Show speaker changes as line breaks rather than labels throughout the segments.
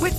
With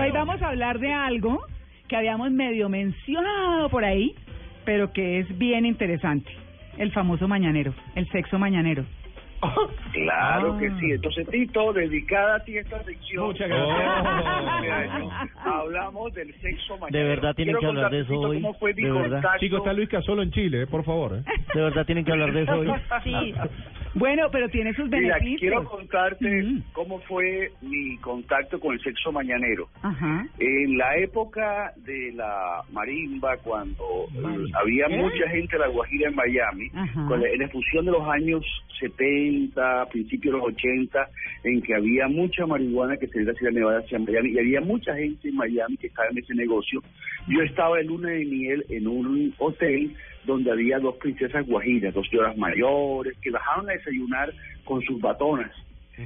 Hoy vamos a hablar de algo que habíamos medio mencionado por ahí, pero que es bien interesante. El famoso mañanero, el sexo mañanero.
Claro que sí. Entonces, Tito, dedicada a ti esta sección.
Ah. Muchas gracias.
Oh. Hablamos del sexo mañana.
De verdad tienen que hablar de eso hoy.
¿Cómo fue mi
De verdad.
contacto?
Chico, está Luis Casolo en Chile, eh, por favor. eh.
De verdad tienen que hablar de eso hoy.
Sí. Bueno, pero tiene sus
Mira,
beneficios.
quiero contarte
Ujú.
cómo fue mi contacto con el sexo mañanero.
Ajá.
En la época de la marimba, cuando eh, había
¿Qué?
mucha gente de la Guajira en Miami,
Ajá.
con la, en la fusión de los años 70, principios de los 80, en que había mucha marihuana que se iba hacia Nevada, hacia Miami, y había mucha gente en Miami que estaba en ese negocio. Yo estaba el luna de miel en un hotel donde había dos princesas guajiras, dos señoras mayores, que bajaron a desayunar con sus batonas.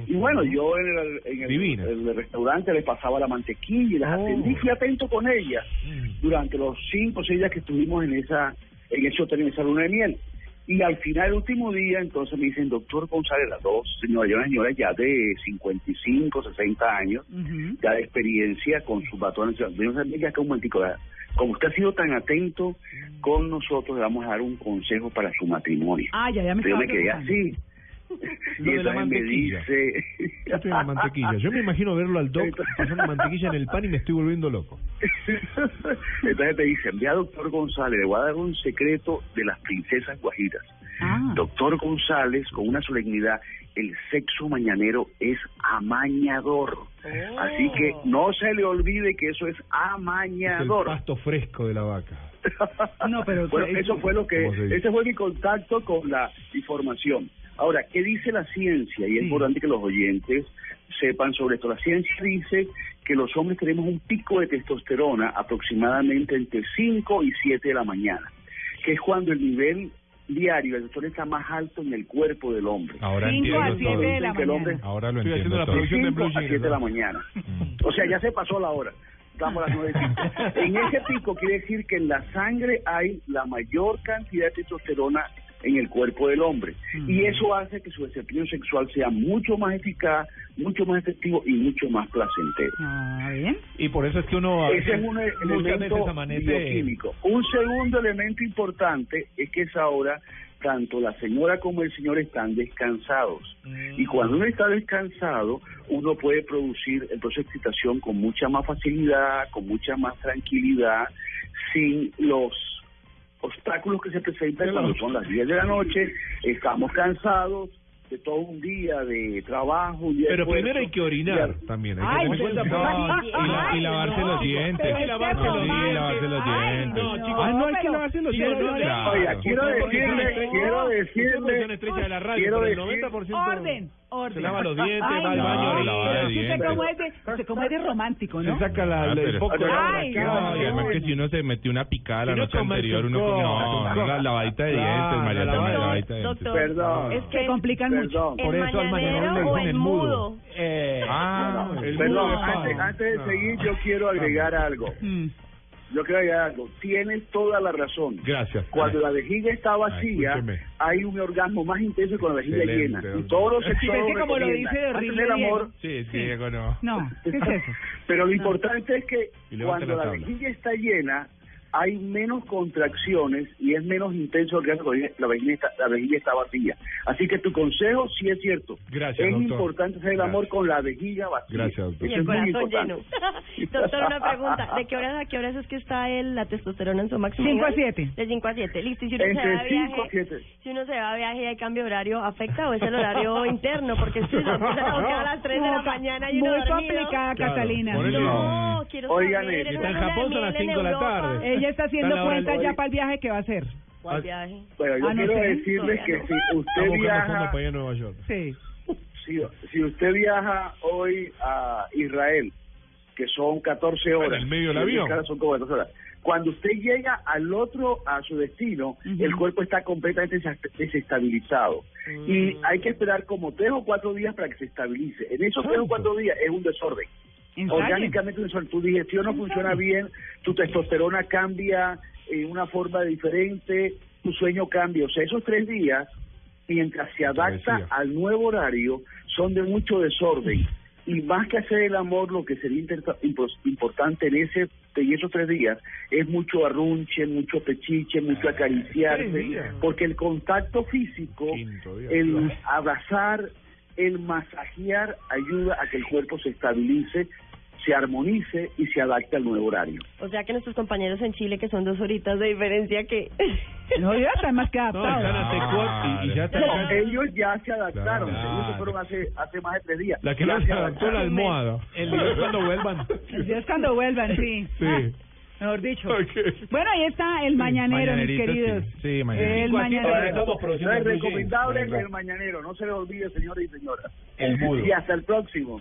Y bueno, yo en el, en el-
Divina.
el restaurante le pasaba la mantequilla y las atendí, fui atento con ellas durante los cinco o seis días que estuvimos en esa en ese hotel, en esa luna de miel. Y al final, el último día, entonces me dicen, doctor González, las dos señoras, yo una señora ya de 55, 60 años,
Ujú.
ya de experiencia con sus batones. Yo no sabía que un momentico, ¿verdad? como usted ha sido tan atento con nosotros, le vamos a dar un consejo para su matrimonio.
Ah, ya, ya me
yo
estaba
me quedé
preocupando.
así.
Lo de la
entonces me
mantequilla.
dice...
Yo estoy en la mantequilla. Yo me imagino verlo al doc pasando mantequilla en el pan y me estoy volviendo loco.
Entonces te dicen, ve a doctor González, le voy a dar un secreto de las princesas guajiras.
Ah.
Doctor González, con una solemnidad, el sexo mañanero es amañador. Así que no se le olvide que eso es
Es el
amañador.
pasto fresco de la vaca.
No, pero
Bueno,
es-
eso fue lo que,
¿Cómo se dice?
ese fue mi contacto con la información. Ahora, ¿qué dice la ciencia? Y es
Sí.
importante que los oyentes sepan sobre esto. La ciencia dice que los hombres tenemos un pico de testosterona aproximadamente entre 5 y 7 de la mañana, que es cuando el nivel diario de testosterona está más alto en el cuerpo del hombre.
Ahora
Cinco a
entiendo
siete
todo.
de la
Que el hombre-
mañana.
Ahora lo
Estoy
entiendo
haciendo la
todo.
producción de
cinco
Blue
a
Jeans, Mm.
7 de la
¿verdad?
mañana. O sea, ya se pasó la hora. Estamos a las nueve y cinco. En ese pico quiere decir que en la sangre hay la mayor cantidad de testosterona en el cuerpo del hombre.
Mm.
Y eso hace que su desempeño sexual sea mucho más eficaz, mucho más efectivo y mucho más placentero.
Ah, bien.
Y por eso es que uno a
Ese es
veces-
un
muchas veces
elemento
amanece
bioquímico. Un segundo elemento importante es que es ahora tanto la señora como el señor están descansados.
Mm.
Y cuando uno está descansado, uno puede producir entonces excitación con mucha más facilidad, con mucha más tranquilidad, sin los obstáculos que se presentan cuando son las 10 de la noche, estamos cansados de todo un día de trabajo. un día de
Pero primero
esfuerzo,
hay que
y
orinar
al-
también. Hay
Ay,
que tener
pero-
en cuenta-
Ay,
y, la- y lavarse
no,
los dientes.
pero es que
Sí,
romántico.
lavarse los
Ay,
dientes.
no, chicos,
ah, no hay que
pero-
lavarse los
Chicos,
dientes.
no,
claro.
Oiga, quiero
Ustedes porque son
decirle,
estrellas-
quiero
ustedes porque son
decirle,
estrella de la radio,
quiero
pero el
decir-
90%
Orden, orden.
Se lava los dientes,
Ay,
va al
no,
baño,
pero
lava de
es que
dientes.
Usted como es de, usted como es de romántico, ¿no?
Se saca la,
Ah,
la- el
pero-
poco de la
Ay,
vaca.
no,
Ay,
qué
además que
bueno.
si uno se metió una picada la
Si no
noche
comerse
anterior,
un
uno
coco,
no,
un
no,
coco.
la lavadita de
Claro,
dientes, María,
la
la
lavadita.
lavadita de dientes.
perdón,
Es que complican mucho.
perdón.
Por eso al mañanero le dicen el mudo.
Eh, ah, el
Perdón,
mudo.
antes, antes de
No.
seguir yo quiero agregar algo.
Mm.
Yo quiero agregar algo. Tienes toda la razón.
Gracias.
Cuando la vejiga está vacía,
escúcheme.
hay un orgasmo más intenso que cuando la vejiga
Excelente,
llena. Y
doctor.
todos los
Sí, pero es que
sexólogos
como lo
recomiendan,
dice de
antes
horrible
del amor,
Diego.
Sí, es que Diego no.
No, ¿qué es eso?
Pero lo importante es que
Y levanta
cuando
la
la
tabla.
vejiga está llena, hay menos contracciones y es menos intenso el orgasmo cuando la vejiga está, la vejiga está vacía. Así que tu consejo sí es cierto.
Gracias,
Es
doctor.
importante hacer el
Gracias.
amor con la vejiga vacía.
Gracias, doctor.
Eso
Y el
es muy
corazón
importante.
lleno. Doctor, una pregunta. ¿De qué horas a qué horas es que está el, la testosterona en su máximo?
Cinco a
nivel?
siete.
De 5 a 7. Listo. Y si uno
Entre
se va a viaje,
cinco a siete.
si uno se va a viaje y hay cambio de horario, ¿afecta o es el horario interno? Porque si se empieza a tocar a las 3 de la
No, ca-
mañana y uno
Muy
dormido.
complicada,
Claro,
Catalina.
por eso-
No, quiero
Oigan,
saber.
eh,
¿es
está
en
una
Japón, son
luna
las
de miel
cinco de la
en Europa?
tarde.
Ella está haciendo
Está la hora
cuentas
de-
ya para el viaje que va a hacer.
¿Cuál viaje?
Bueno, yo
Ah, no
quiero
sé.
decirles que
Todavía
si
Estamos buscando
usted
fondos
viaja,
para ir a Nueva York.
Sí.
si, si usted viaja hoy a Israel que son 14 horas.
en el medio del
Y
avión.
cada son como 14 horas. Cuando usted llega al otro, a su destino, el cuerpo está completamente desa- desestabilizado. Y hay que esperar como tres o cuatro días para que se estabilice. En esos tres o cuatro días es un desorden. Orgánicamente, un desorden. tu digestión no funciona bien, tu testosterona cambia en una forma diferente, tu sueño cambia. O sea, esos tres días, mientras se adapta
decía.
al nuevo horario, son de mucho desorden. Y más que hacer el amor, lo que sería interta- impos- importante en ese en esos tres días es mucho arrunche, mucho pechiche, mucho
Ah, tres
acariciarse,
días.
porque el contacto físico,
Quinto día,
el
claro.
abrazar, el masajear ayuda a que el cuerpo se estabilice, se armonice y se adapte al nuevo horario.
O sea que nuestros compañeros en Chile, que son dos horitas de diferencia, que...
No, ya está más que
No,
adaptado. Ah.
están a Tecuat y, y ya está.
No, ellos ya se adaptaron,
Claro.
ellos se fueron hace, hace más de tres días.
La que
Ya
no se adaptó la almohada. El nivel cuando vuelvan.
Ya es cuando vuelvan, sí.
Sí.
Ah, Mejor dicho.
Ok.
Bueno, ahí está el mañanero, mis
Mañanerito,
queridos.
sí. Sí, mañanerito.
El
Ahora,
mañanero.
no, no, es recomendable el mañanero, no se les olvide, señores y señoras.
El mudo.
Y hasta el próximo.